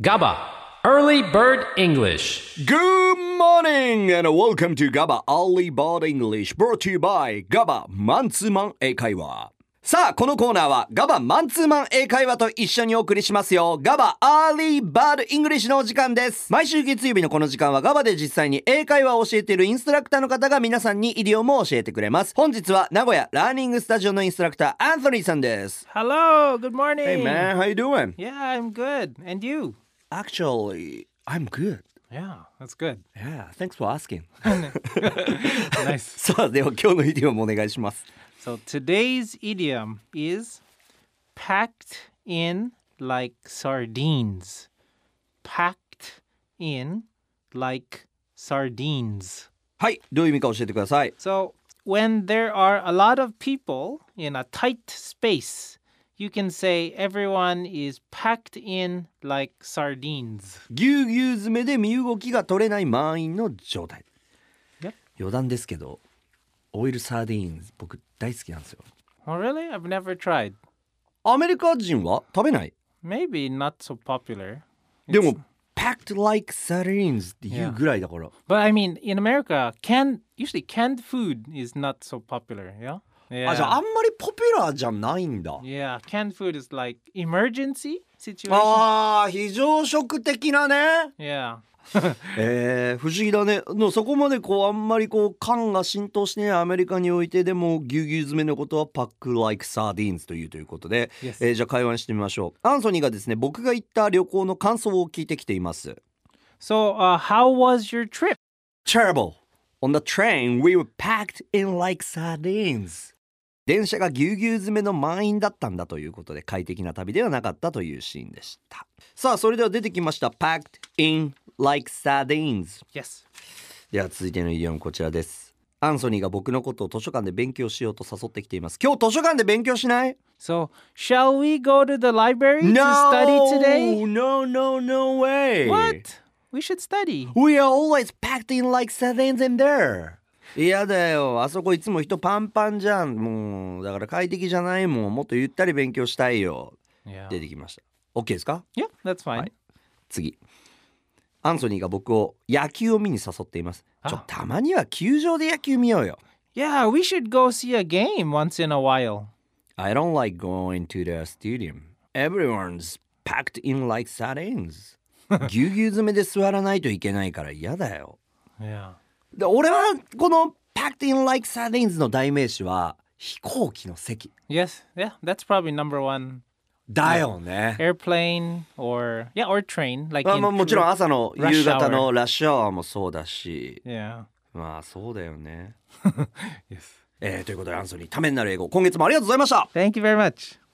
GABA, Early Bird English. Good morning and welcome to GABA Early Bird English brought to you by GABA マンツーマン英会話。さあ、このコーナーは GABA マンツーマン英会話と一緒にお送りしますよ。GABA Early Bird English のお時間です。毎週月曜日のこの時間は GABA で実際に英会話を教えているインストラクターの方が皆さんにイディオムを教えてくれます。本日は名古屋ラーニングスタジオのインストラクター、アンソニーさんです。 Hello, good morning. Hey man, how you doing? Yeah, I'm good. And you? Actually, I'm good. Yeah, that's good. Yeah, thanks for asking. nice. さあ、では今日のイディオムお願いします。 So today's idiom is packed in like sardines. Packed in like sardines. はい、どういう意味か教えてください。 So when there are a lot of people in a tight space, you can say everyone is packed in like sardines. ぎゅうぎゅう詰めで身動きが取れない満員の状態。 Yep. 余談ですけど、オイルサーディーンズ僕大好きなんですよ。 Oh really? I've never tried. アメリカ人は食べない。 Maybe not so popular. でも、packed like sardines っていうぐらいだから。 But I mean, in America, canned usually canned food is not so popular. Yeah. Yeah. あ、じゃああんまりポピュラーじゃないんだ。 yeah. Canned food is like emergency situation. ああ、非常食的なね。 Yeah. えー、不思議だね。のそこまでこうあんまりこう缶が浸透してないアメリカにおいてでもぎゅうぎゅう詰めのことはパック like サーディーンズというということで、 Yes. えーじゃあ会話にしてみましょう。アンソニーがですね僕が行った旅行の感想を聞いてきています。 So, uh, how was your trip? Terrible. On the train we were packed in like sardines. 電車がぎゅうぎゅう詰めの満員だったんだということで快適な旅ではなかったというシーンでした。さあそれでは出てきました。packed in like sardines。 Yes. では続いてのイディオムこちらですアンソニーが僕のことを図書館で勉強しようと誘ってきています今日図書館で勉強しない So, shall we go to the library to study today? No, no, no way What? We should study. We are always packed in like sardines in there いやだよあそこいつも人パンパンじゃんもうだから快適じゃないもんもっとゆったり勉強したいよ Yeah. 出てきました OK ですか Yeah, that's fine. 次アンソニーが僕を野球を見に誘っていますちょあたまには球場で野球見ようよ Yeah, we should go see a game once in a while. I don't like going to the stadium. Everyone's packed in like sardines. ぎゅうぎゅう詰めで座らないといけないから嫌だよ。 Yeah. で俺はこの packed in like sardines の代名詞は飛行機の席。 Yes. Yeah, that's probably number one だよね。 airplane or yeah or train like まあ in まあもちろん Korea. 朝の Rush hour 夕方のラッシュアワーもそうだし。 yeah まあそうだよね。 yes えーということでアンソニー、ためになる英語、今月もありがとうございました thank you very much